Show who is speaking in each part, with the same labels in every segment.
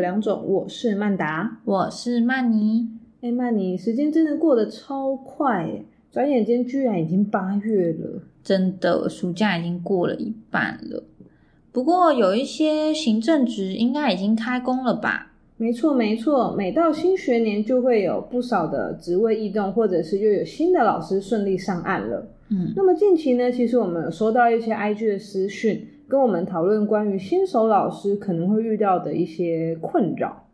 Speaker 1: 两种，我是曼达。
Speaker 2: 我是曼妮，
Speaker 1: 哎，曼妮，时间真的过得超快耶，转眼间居然已经八月了。
Speaker 2: 真的暑假已经过了一半了。不过有一些行政职应该已经开工了吧？
Speaker 1: 没错，没错，每到新学年就会有不少的职位异动，或者是又有新的老师顺利上岸了。
Speaker 2: 嗯，
Speaker 1: 那么近期呢，其实我们有收到一些 IG 的私讯，跟我们讨论关于新手老师可能会遇到的一些困扰。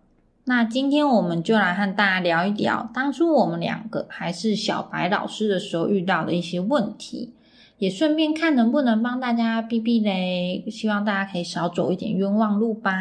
Speaker 2: 那今天我们就来和大家聊一聊，当初我们两个还是小白老师的时候遇到的一些问题，也顺便看能不能帮大家避避雷，希望大家可以少走一点冤枉路吧。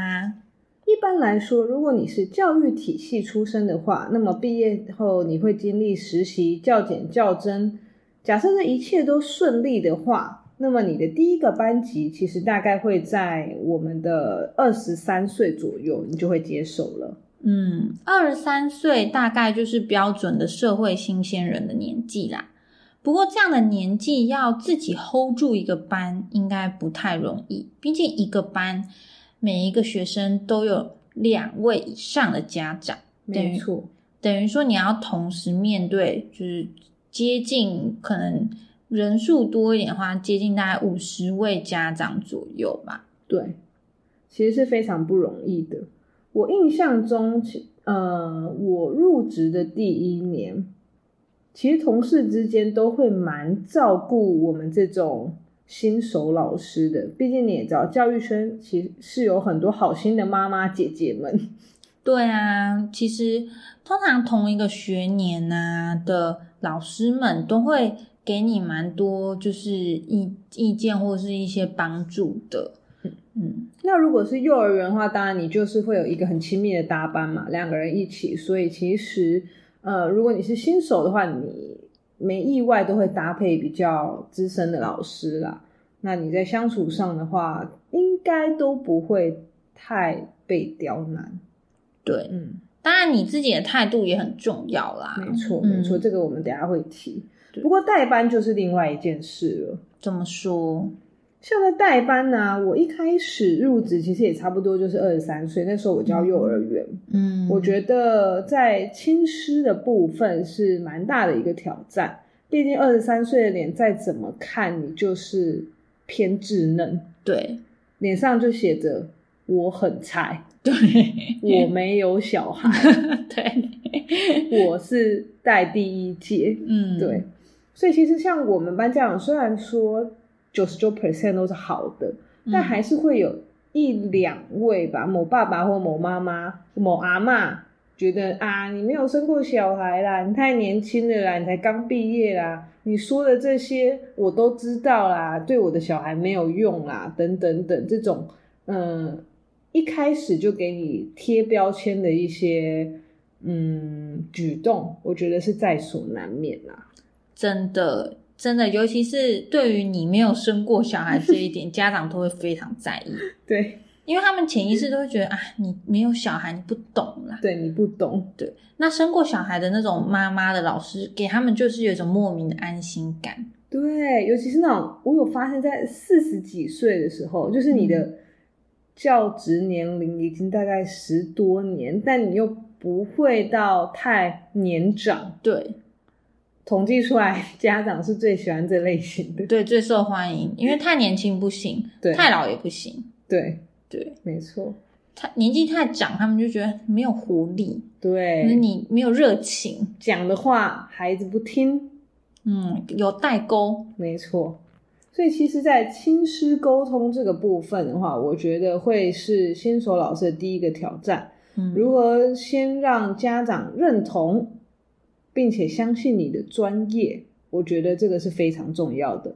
Speaker 1: 一般来说，如果你是教育体系出身的话，那么毕业后你会经历实习、教检、教甄。假设这一切都顺利的话，那么你的第一个班级其实大概会在我们的二十三岁左右，你就会接手了。
Speaker 2: 嗯，二十三岁大概就是标准的社会新鲜人的年纪啦。不过这样的年纪要自己 hold 住一个班，应该不太容易。毕竟一个班每一个学生都有两位以上的家长，
Speaker 1: 没错，
Speaker 2: 等于说你要同时面对，就是接近可能人数多一点的话，接近大概五十位家长左右吧。
Speaker 1: 对，其实是非常不容易的。我印象中，其呃，我入职的第一年，其实同事之间都会蛮照顾我们这种新手老师的。毕竟你也知道，教育圈其实是有很多好心的妈妈姐姐们。
Speaker 2: 对啊，其实通常同一个学年啊的老师们都会给你蛮多就是意意见或是一些帮助的。嗯，
Speaker 1: 那如果是幼儿园的话，当然你就是会有一个很亲密的搭班嘛，两个人一起。所以其实，呃，如果你是新手的话，你没意外都会搭配比较资深的老师啦。那你在相处上的话，应该都不会太被刁难。
Speaker 2: 对，
Speaker 1: 嗯，
Speaker 2: 当然你自己的态度也很重要啦。
Speaker 1: 没错，
Speaker 2: 嗯
Speaker 1: 没错，这个我们等一下会提。
Speaker 2: 对
Speaker 1: 不过代班就是另外一件事了。
Speaker 2: 怎么说？
Speaker 1: 像在代班呢、我一开始入职其实也差不多就是二十三岁，那时候我教幼儿园。
Speaker 2: 嗯，
Speaker 1: 我
Speaker 2: 得
Speaker 1: 觉得在亲师的部分是蛮大的一个挑战，毕竟二十三岁的脸再怎么看你就是偏稚嫩，
Speaker 2: 对
Speaker 1: 脸上就写着我很菜，
Speaker 2: 对
Speaker 1: 我没有小孩，
Speaker 2: 对，
Speaker 1: 我是带第一届，
Speaker 2: 嗯，
Speaker 1: 对，所以其实像我们班家长虽然说九十九 percent 都是好的，
Speaker 2: 嗯，
Speaker 1: 但还是会有一两位吧，某爸爸或某妈妈、某阿嬷觉得啊，你没有生过小孩啦，你太年轻了啦，你才刚毕业啦，你说的这些我都知道啦，对我的小孩没有用啦，等等等，这种嗯，一开始就给你贴标签的一些嗯举动，我觉得是在所难免啦。
Speaker 2: 真的真的，尤其是对于你没有生过小孩这一 点，家长都会非常在意。
Speaker 1: 对，
Speaker 2: 因为他们潜意识都会觉得啊，你没有小孩，你不懂啦。
Speaker 1: 对你不懂，
Speaker 2: 那生过小孩的那种妈妈的老师，给他们就是有一种莫名的安心感。
Speaker 1: 对，尤其是那种，我有发现，在四十几岁的时候，就是你
Speaker 2: 嗯
Speaker 1: 的教职年龄已经大概十多年，但你又不会到太年长。
Speaker 2: 对
Speaker 1: 统计出来，家长是最喜欢这类型的。
Speaker 2: 对，最受欢迎，因为太年轻不行，
Speaker 1: 对
Speaker 2: 太老也不行，
Speaker 1: 对，
Speaker 2: 对，
Speaker 1: 没错，
Speaker 2: 太年纪太长，他们就觉得没有活力，就是
Speaker 1: 对，
Speaker 2: 你没有热情，
Speaker 1: 讲的话孩子不听，
Speaker 2: 嗯，有代沟，
Speaker 1: 没错。所以其实，在亲师沟通这个部分的话，我觉得会是新手老师的第一个挑战。
Speaker 2: 嗯，
Speaker 1: 如何先让家长认同，并且相信你的专业，我觉得这个是非常重要的，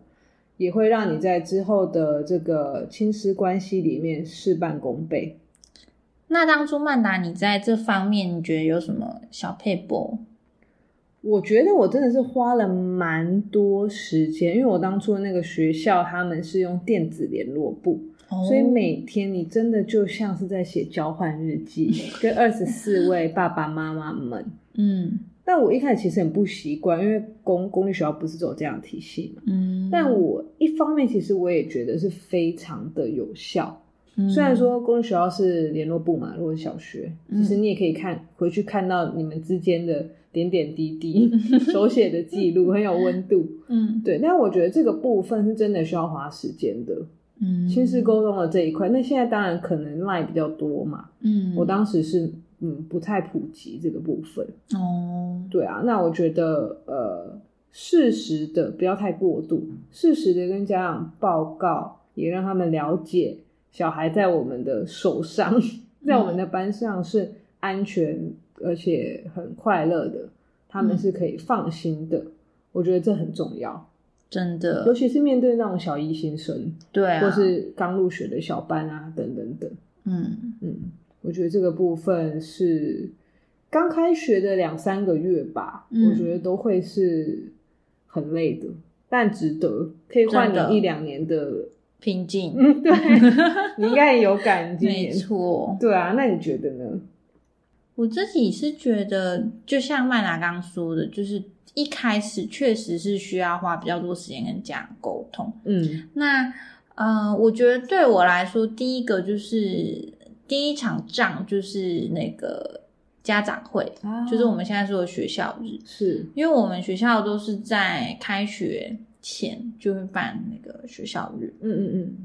Speaker 1: 也会让你在之后的这个亲师关系里面事半功倍。
Speaker 2: 那当初曼达，你在这方面你觉得有什么小配博？
Speaker 1: 我觉得我真的是花了蛮多时间，因为我当初的那个学校他们是用电子联络簿，
Speaker 2: 哦
Speaker 1: 哦所以每天你真的就像是在写交换日记，跟二十四位爸爸妈妈们。
Speaker 2: 嗯
Speaker 1: 但我一开始其实很不习惯，因为公公立学校不是走这样的体系嘛。
Speaker 2: 嗯，
Speaker 1: 但我一方面其实我也觉得是非常的有效，
Speaker 2: 嗯
Speaker 1: 虽然说公立学校是联络部嘛，如果是小学，
Speaker 2: 嗯
Speaker 1: 其实你也可以看回去看到你们之间的点点滴 滴、手写的记录，很有温度。
Speaker 2: 嗯
Speaker 1: 对，但我觉得这个部分是真的需要花时间的，
Speaker 2: 嗯，
Speaker 1: 亲子沟通的这一块。那现在当然可能赖比较多嘛，
Speaker 2: 嗯，
Speaker 1: 我当时是嗯不太普及这个部分。
Speaker 2: 哦，
Speaker 1: 对啊，那我觉得呃，适时的不要太过度，适时的跟家长报告，也让他们了解小孩在我们的手上， 在我们
Speaker 2: 嗯
Speaker 1: 的班上是安全而且很快乐的，他们
Speaker 2: 嗯
Speaker 1: 是可以放心的。我觉得这很重要，
Speaker 2: 真
Speaker 1: 尤
Speaker 2: 的，
Speaker 1: 其是面对那种小一新生，
Speaker 2: 对啊，
Speaker 1: 或是刚入学的小班啊，等等等。
Speaker 2: 嗯
Speaker 1: 嗯，我觉得这个部分是刚开学的两三个月吧，
Speaker 2: 嗯
Speaker 1: 我觉得都会是很累的，但值得，可以换
Speaker 2: 真的
Speaker 1: 你一两年的。
Speaker 2: 平静，
Speaker 1: 嗯， 对，你应该也有感今
Speaker 2: 没
Speaker 1: 年。
Speaker 2: 错，
Speaker 1: 对啊，那你觉得呢？
Speaker 2: 我自己是觉得，就像麦娜刚说的，就是一开始确实是需要花比较多时间跟家长沟通。
Speaker 1: 嗯
Speaker 2: 那呃，我觉得对我来说，第一个就是第一场仗就是那个家长会，
Speaker 1: 啊
Speaker 2: 就是我们现在说的学校日，
Speaker 1: 是
Speaker 2: 因为我们学校都是在开学前就会办那个学校日，
Speaker 1: 嗯嗯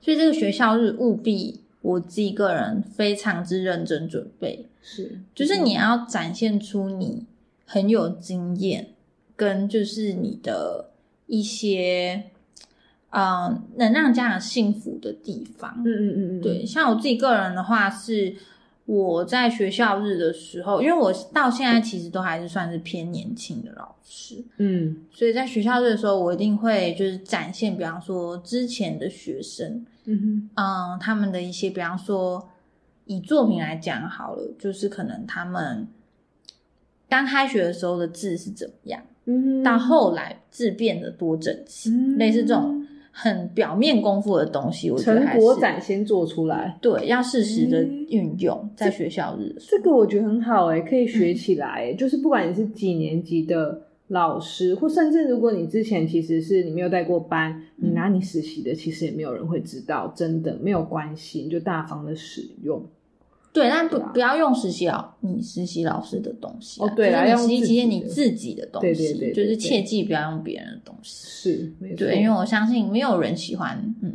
Speaker 2: 所以这个学校日务必我自己个人非常之认真准备。
Speaker 1: 嗯是，
Speaker 2: 就是你要展现出你很有经验，跟就是你的一些，嗯、能让家长幸福的地方。
Speaker 1: 嗯嗯嗯嗯
Speaker 2: 对，像我自己个人的话是。我在学校日的时候，因为我到现在其实都还是算是偏年轻的老师，
Speaker 1: 嗯
Speaker 2: 所以在学校日的时候，我一定会就是展现，比方说之前的学生，
Speaker 1: 嗯哼
Speaker 2: 嗯，他们的一些，比方说以作品来讲好了，就是可能他们刚开学的时候的字是怎么样，
Speaker 1: 嗯哼
Speaker 2: 到后来字变得多整齐，
Speaker 1: 嗯
Speaker 2: 类似这种很表面功夫的东西，我觉得
Speaker 1: 成
Speaker 2: 还
Speaker 1: 果
Speaker 2: 是
Speaker 1: 展先做出来，
Speaker 2: 对要适时的
Speaker 1: 嗯
Speaker 2: 运用，在学校日的时
Speaker 1: 这
Speaker 2: 候
Speaker 1: 个我觉得很好哎、可以
Speaker 2: 嗯
Speaker 1: 学起来欸、就是不管你是几年级的老师，或甚至如果你之前其实是你没有带过班，你
Speaker 2: 嗯
Speaker 1: 拿你实习的，其实也没有人会知道，真的没有关系，你就大方的使用。
Speaker 2: 对，但不
Speaker 1: 对啊
Speaker 2: 不要用实习老你实习老师的东西、啊
Speaker 1: 哦对啦
Speaker 2: 就是
Speaker 1: 要
Speaker 2: 你
Speaker 1: 用
Speaker 2: 实习
Speaker 1: 自
Speaker 2: 期间
Speaker 1: 己
Speaker 2: 你
Speaker 1: 的
Speaker 2: 自己的东
Speaker 1: 对对
Speaker 2: 西，
Speaker 1: 对
Speaker 2: 就
Speaker 1: 对
Speaker 2: 是
Speaker 1: 对
Speaker 2: 切记不要用别人的东西。
Speaker 1: 是，没错，
Speaker 2: 对，因为我相信没有人喜欢，嗯，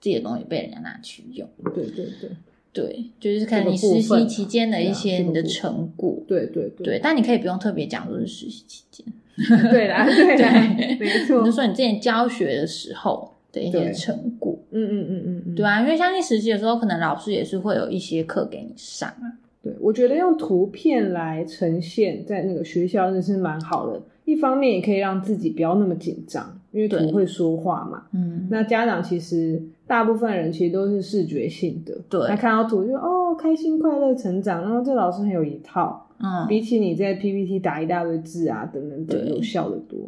Speaker 2: 自己的东西被人家拿去用。
Speaker 1: 对对对
Speaker 2: 对，就是可能你
Speaker 1: 这个部
Speaker 2: 实
Speaker 1: 分
Speaker 2: 习
Speaker 1: 啊
Speaker 2: 期间的一些
Speaker 1: 对啊这个
Speaker 2: 你的
Speaker 1: 部分
Speaker 2: 成果，
Speaker 1: 对对对
Speaker 2: 对，但你可以不用特别讲说是实习期间，
Speaker 1: 对 啦对啦，没错
Speaker 2: 你就，说你之前教学的时候的一些
Speaker 1: 对
Speaker 2: 成果，
Speaker 1: 嗯嗯嗯嗯嗯，
Speaker 2: 对啊，因为相信实习的时候，可能老师也是会有一些课给你上啊，
Speaker 1: 对，我觉得用图片来呈现在那个学校真是蛮好的。一方面也可以让自己不要那么紧张，因为
Speaker 2: 对
Speaker 1: 图会说话嘛。
Speaker 2: 嗯，
Speaker 1: 那家长其实大部分人其实都是视觉性的，
Speaker 2: 对
Speaker 1: 他看到图就哦开心快乐成长，然后这老师很有一套，
Speaker 2: 嗯，
Speaker 1: 比起你在 PPT 打一大堆字啊等等等
Speaker 2: 对
Speaker 1: 有效的多。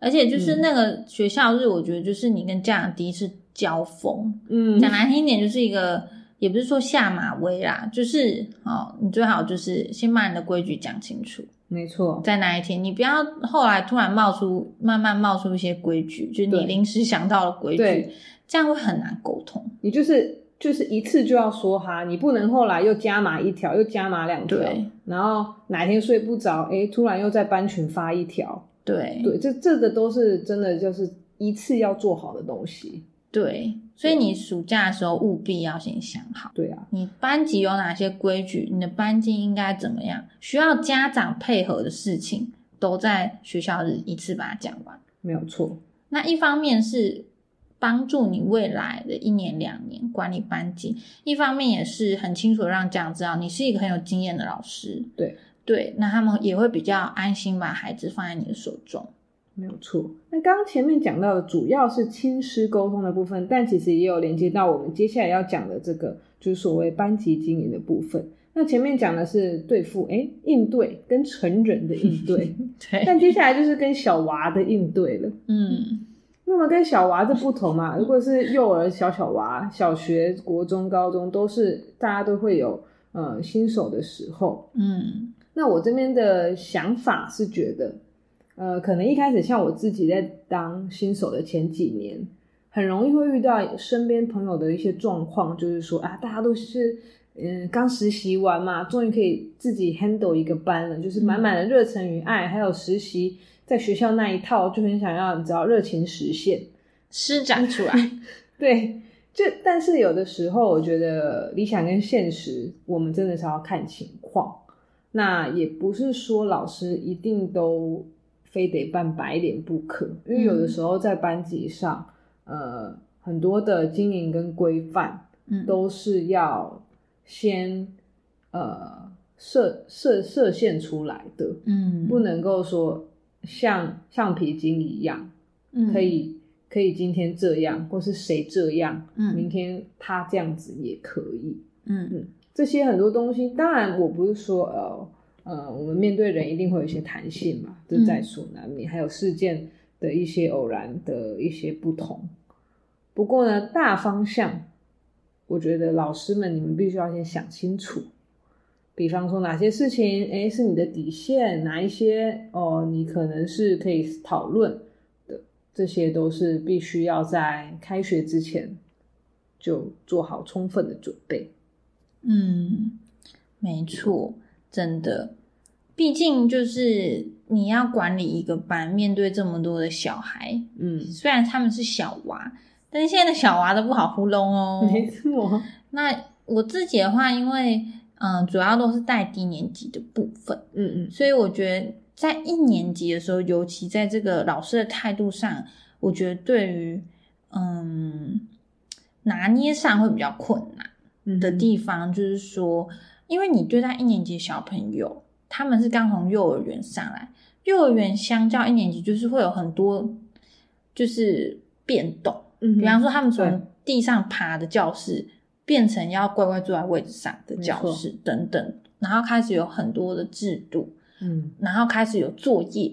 Speaker 2: 而且就是
Speaker 1: 嗯
Speaker 2: 那个学校日，我觉得就是你跟家长第一次交锋，
Speaker 1: 嗯
Speaker 2: 讲难听一点，就是一个也不是说下马威啦，就是哦，你最好就是先把你的规矩讲清楚，
Speaker 1: 没错，
Speaker 2: 在哪一天，你不要后来突然冒出慢慢冒出一些规矩，就是你
Speaker 1: 对
Speaker 2: 临时想到了规矩
Speaker 1: 对，
Speaker 2: 这样会很难沟通。
Speaker 1: 你就是就是一次就要说哈，你不能后来又加码一条，又加码两条
Speaker 2: 对，
Speaker 1: 然后哪天睡不着，诶，突然又在班群发一条，
Speaker 2: 对
Speaker 1: 对，这这个都是真的就是一次要做好的东西，
Speaker 2: 对所以你暑假的时候务必要先想好，
Speaker 1: 对啊，
Speaker 2: 你班级有哪些规矩，你的班级应该怎么样，需要家长配合的事情，都在学校日一次把它讲完。
Speaker 1: 没有错，
Speaker 2: 那一方面是帮助你未来的一年两年管理班级，一方面也是很清楚地让家长知道你是一个很有经验的老师。
Speaker 1: 对
Speaker 2: 对，那他们也会比较安心把孩子放在你的手中。
Speaker 1: 没有错。那刚刚前面讲到的主要是亲师沟通的部分，但其实也有连接到我们接下来要讲的这个，就是所谓班级经营的部分。那前面讲的是对付，哎，应对跟成人的应对，
Speaker 2: 对，
Speaker 1: 但接下来就是跟小娃的应对了。
Speaker 2: 嗯，
Speaker 1: 那么跟小娃这不同嘛，如果是幼儿小小娃，小学、国中、高中都是大家都会有呃新手的时候，
Speaker 2: 嗯，
Speaker 1: 那我这边的想法是觉得，呃，可能一开始像我自己在当新手的前几年，很容易会遇到身边朋友的一些状况，就是说啊，大家都是嗯刚实习完嘛，终于可以自己 handle 一个班了，就是满满的热忱与爱，还有实习在学校那一套，就很想要你知道热情实现。
Speaker 2: 施展出 来。
Speaker 1: 对，就但是有的时候，我觉得理想跟现实，我们真的是要看情况。那也不是说老师一定都非得扮白脸不可，因为有的时候在班级上，呃，很多的经营跟规范
Speaker 2: 嗯，
Speaker 1: 都是要先呃设设设限出来的，
Speaker 2: 嗯，
Speaker 1: 不能够说像橡皮筋一样。
Speaker 2: 嗯
Speaker 1: 可，以可以今天这样，或是谁这样，明
Speaker 2: 嗯
Speaker 1: 天他这样子也可以。
Speaker 2: 嗯
Speaker 1: 这些很多东西，当然我不是说呃呃，我们面对人一定会有一些弹性嘛，这
Speaker 2: 嗯
Speaker 1: 在所难免，还有事件的一些偶然的一些不同。不过呢，大方向，我觉得老师们你们必须要先想清楚。比方说哪些事情，诶是你的底线，哪一些哦，你可能是可以讨论的，这些都是必须要在开学之前就做好充分的准备。
Speaker 2: 嗯，没错，真的，毕竟就是你要管理一个班，面对这么多的小孩，
Speaker 1: 嗯，
Speaker 2: 虽然他们是小娃，但是现在的小娃都不好糊 弄哦。
Speaker 1: 没错，
Speaker 2: 那我自己的话，因为嗯、呃主要都是带低年级的部分，
Speaker 1: 嗯嗯
Speaker 2: 所以我觉得在一年级的时候，尤其在这个老师的态度上，我觉得对于嗯拿捏上会比较困难。
Speaker 1: 嗯
Speaker 2: 的地方，就是说，因为你对待一年级的小朋友，他们是刚从幼儿园上来，幼儿园相较一年级就是会有很多就是变动，
Speaker 1: 嗯
Speaker 2: 比方说他们
Speaker 1: 对
Speaker 2: 从地上爬的教室变成要乖乖坐在位置上的
Speaker 1: 没
Speaker 2: 教
Speaker 1: 错
Speaker 2: 室等等，然后开始有很多的制度，
Speaker 1: 嗯
Speaker 2: 然后开始有作业，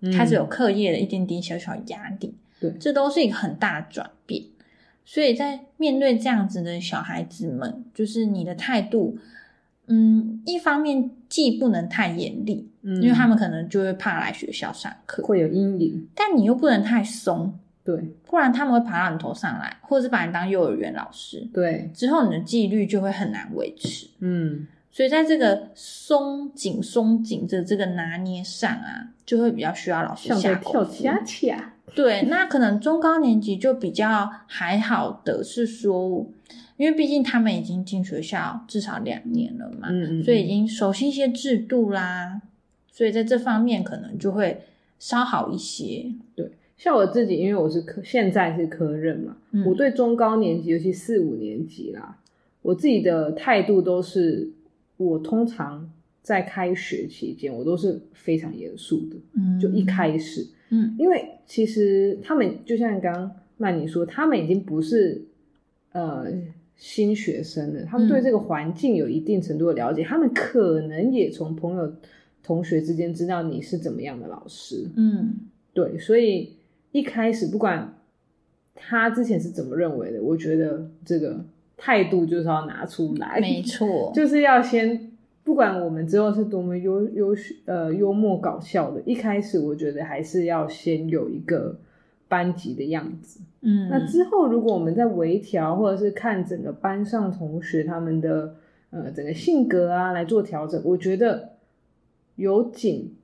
Speaker 1: 嗯
Speaker 2: 开始有课业的一点点小小压力，
Speaker 1: 对
Speaker 2: 这都是一个很大的转变。所以在面对这样子的小孩子们，就是你的态度，嗯，一方面既不能太严厉，
Speaker 1: 嗯
Speaker 2: 因为他们可能就会怕来学校上课，
Speaker 1: 会有阴影，
Speaker 2: 但你又不能太松，
Speaker 1: 对
Speaker 2: 不然他们会爬到你头上来，或者是把你当幼儿园老师，
Speaker 1: 对，
Speaker 2: 之后你的纪律就会很难维持。
Speaker 1: 嗯
Speaker 2: 所以在这个松紧松紧的这个拿捏上啊，就会比较需要老师
Speaker 1: 像在
Speaker 2: 下功
Speaker 1: 跳
Speaker 2: 夫。
Speaker 1: 恰恰，
Speaker 2: 对，那可能中高年级就比较还好的是说，因为毕竟他们已经进学校至少两年了嘛，
Speaker 1: 嗯嗯，
Speaker 2: 所以已经熟悉一些制度啦，所以在这方面可能就会稍好一些。
Speaker 1: 像我自己，因为我是科，现在是科任嘛，
Speaker 2: 嗯，
Speaker 1: 我对中高年级，尤其四五年级啦，我自己的态度都是，我通常在开学期间，我都是非常严肃的，
Speaker 2: 嗯
Speaker 1: 就一，开始，
Speaker 2: 嗯
Speaker 1: 因为其实他们就像刚刚曼妮说，他们已经不是呃新学生了，他们
Speaker 2: 嗯
Speaker 1: 对这个环境有一定程度的了解，他们可能也从朋友、同学之间知道你是怎么样的老师。
Speaker 2: 嗯
Speaker 1: 对，所以一开始不管他之前是怎么认为的，我觉得这个态度就是要拿出来，
Speaker 2: 没错，
Speaker 1: 哎就是要先，不管我们之后是多么优优秀呃幽默搞笑的，一开始我觉得还是要先有一个班级的样子。
Speaker 2: 嗯，
Speaker 1: 那之后如果我们在微调，或者是看整个班上同学他们的呃整个性格啊来做调整，我觉得由紧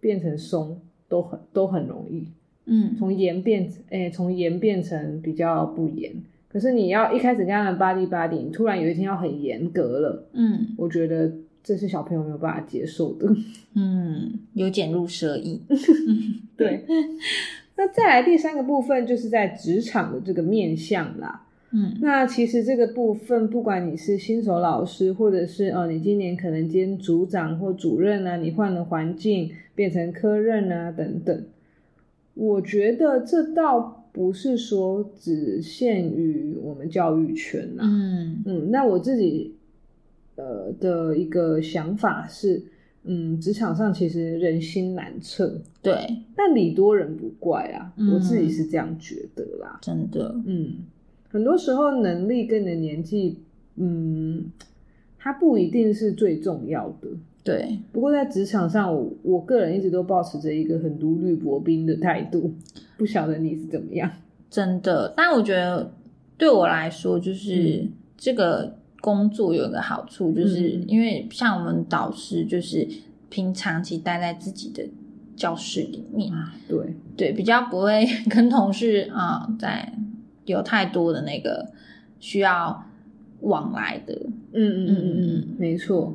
Speaker 1: 变成松都很都很容易，
Speaker 2: 嗯
Speaker 1: 从严变诶从严变成比较不严。可是你要一开始跟他们巴蒂巴蒂，你突然有一天要很严格了。
Speaker 2: 嗯
Speaker 1: 我觉得这是小朋友没有办法接受的。
Speaker 2: 嗯，由俭入奢易，
Speaker 1: 对，那再来第三个部分就是在职场的这个面向啦。
Speaker 2: 嗯
Speaker 1: 那其实这个部分，不管你是新手老师，或者是哦，你今年可能兼组长或主任啊，你换了环境变成科任啊等等，我觉得这倒不是说只限于我们教育圈啦、
Speaker 2: 嗯
Speaker 1: 嗯，那我自己呃的一个想法是，嗯，职场上其实人心难测，
Speaker 2: 对，
Speaker 1: 但礼多人不怪啊，
Speaker 2: 嗯
Speaker 1: 我自己是这样觉得啦。
Speaker 2: 真的，
Speaker 1: 嗯，很多时候能力跟你的年纪，嗯，它不一定是最重要的。
Speaker 2: 对，
Speaker 1: 不过在职场上，我我个人一直都保持着一个很如履薄冰的态度，不晓得你是怎么样？
Speaker 2: 真的。但我觉得对我来说，就是这个工作有一个好处，就是
Speaker 1: 嗯
Speaker 2: 因为像我们导师，就是平长期待在自己的教室里面，
Speaker 1: 啊，对，
Speaker 2: 对，比较不会跟同事啊、在有太多的那个需要往来的。
Speaker 1: 嗯嗯嗯嗯
Speaker 2: 嗯
Speaker 1: 嗯，没错，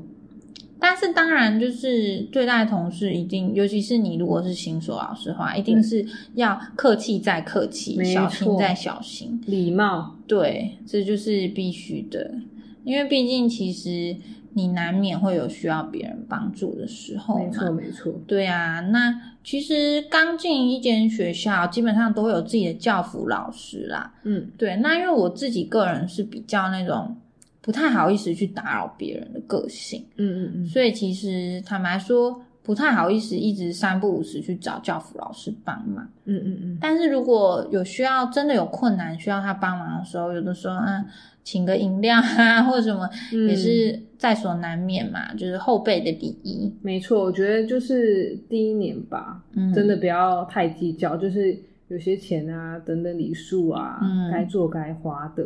Speaker 2: 但是当然，就是对待同事一定，尤其是你如果是新手老师的话，一定是要客气再客气，
Speaker 1: 没
Speaker 2: 小心
Speaker 1: 错
Speaker 2: 再小心。
Speaker 1: 礼貌，
Speaker 2: 对，这就是必须的，因为毕竟其实你难免会有需要别人帮助的时候
Speaker 1: 没错
Speaker 2: 嘛。
Speaker 1: 没错，
Speaker 2: 对啊，那其实刚进一间学校，基本上都会有自己的教辅老师啦。
Speaker 1: 嗯
Speaker 2: 对，那因为我自己个人是比较那种不太好意思去打扰别人的个性，
Speaker 1: 嗯嗯嗯，
Speaker 2: 所以其实坦白说，不太好意思一直三不五时去找教辅老师帮忙。
Speaker 1: 嗯嗯嗯，
Speaker 2: 但是如果有需要，真的有困难需要他帮忙的时候，有的时候啊，请个饮料啊或者什么，
Speaker 1: 嗯
Speaker 2: 也是在所难免嘛，就是后辈的礼仪。
Speaker 1: 没错，我觉得就是第一年吧，
Speaker 2: 嗯，
Speaker 1: 真的，不要太计较，就是有些钱啊，等等礼数啊，
Speaker 2: 嗯
Speaker 1: 该做该花的。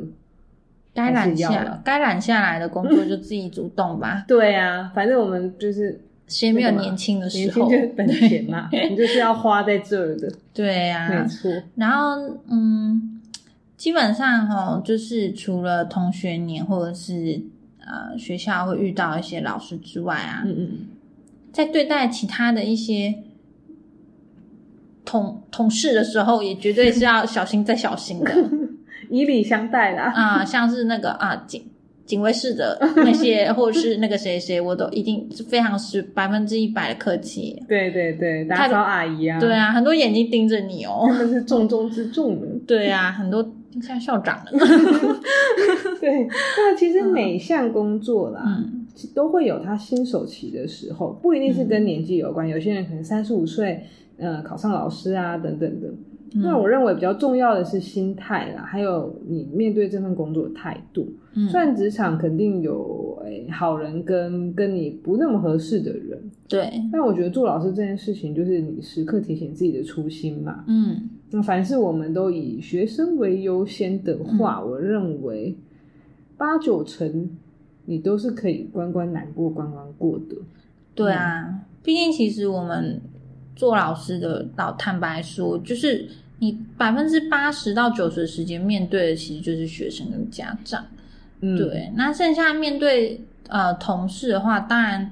Speaker 2: 该揽
Speaker 1: 还
Speaker 2: 下
Speaker 1: 是要的
Speaker 2: 该揽下来的工作就自己主 动吧，
Speaker 1: 对啊，反正我们就是
Speaker 2: 谁没有
Speaker 1: 那个嘛
Speaker 2: 年轻的时
Speaker 1: 年
Speaker 2: 候？
Speaker 1: 轻就是本钱 嘛，你就是要花在这儿的，
Speaker 2: 对呀、
Speaker 1: 没错。
Speaker 2: 然后，嗯，基本上哦，就是除了同学年或者是呃学校会遇到一些老师之外啊，
Speaker 1: 嗯嗯，
Speaker 2: 在对待其他的一些同同事的时候，也绝对是要小心再小心的
Speaker 1: 以礼相待啦。
Speaker 2: 啊、像是那个啊警警卫室的 那些，或者是那个谁谁，我都一定是非常是百分之一百的客气。
Speaker 1: 对对对，打
Speaker 2: 太
Speaker 1: 扫阿姨啊，
Speaker 2: 对，啊，很多眼睛盯着你哦
Speaker 1: 他。们是重中之重 的。
Speaker 2: 对啊，很多像校长了。
Speaker 1: 对，那其实每项工作啦，
Speaker 2: 嗯
Speaker 1: 都会有他新手期的时候，不一定是跟年纪有关，有些人可能三十五岁，呃，考上老师啊等等的。
Speaker 2: 嗯
Speaker 1: 那我认为比较重要的是心态啦，还有你面对这份工作的态度。
Speaker 2: 嗯
Speaker 1: 虽然职场肯定有诶、好人跟跟你不那么合适的人，
Speaker 2: 对，
Speaker 1: 但我觉得做老师这件事情，就是你时刻提醒自己的初心嘛。
Speaker 2: 嗯。
Speaker 1: 那凡是我们都以学生为优先的话，我认为八九成你都是可以关关难过关关过的。嗯
Speaker 2: 对啊，毕竟其实我们做老师的，老坦白说，就是你百分之八十到九十的时间面对的其实就是学生跟家长。
Speaker 1: 嗯，，
Speaker 2: 对，那剩下面对呃同事的话，当然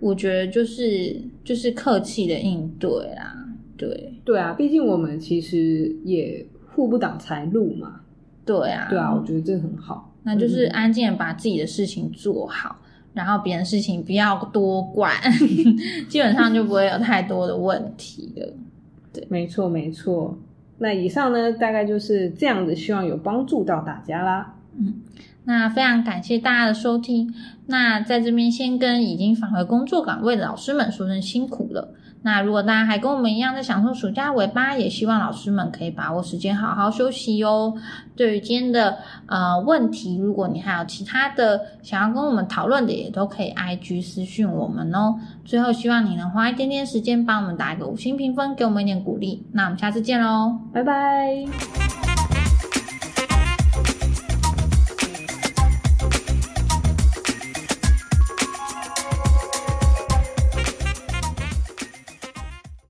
Speaker 2: 我觉得就是就是客气的应对啦。对，
Speaker 1: 对啊，毕竟我们其实也互不挡财路嘛。
Speaker 2: 对啊，
Speaker 1: 对啊，我觉得这很好。
Speaker 2: 那就是
Speaker 1: 嗯
Speaker 2: 安静的把自己的事情做好，然后别人事情不要多管， 基本上就不会有太多的问题了。
Speaker 1: 没错，没错。那以上呢，大概就是这样子，希望有帮助到大家啦。
Speaker 2: 那非常感谢大家的收听。那在这边先跟已经返回工作岗位的老师们说声辛苦了。那如果大家还跟我们一样在享受暑假尾巴，也希望老师们可以把握时间好好休息哟。对于今天的呃问题，如果你还有其他的想要跟我们讨论的，也都可以 IG 私讯我们哦。最后，希望你能花一点点时间帮我们打一个五星评分，给我们一点鼓励。那我们下次见喽。
Speaker 1: 拜拜。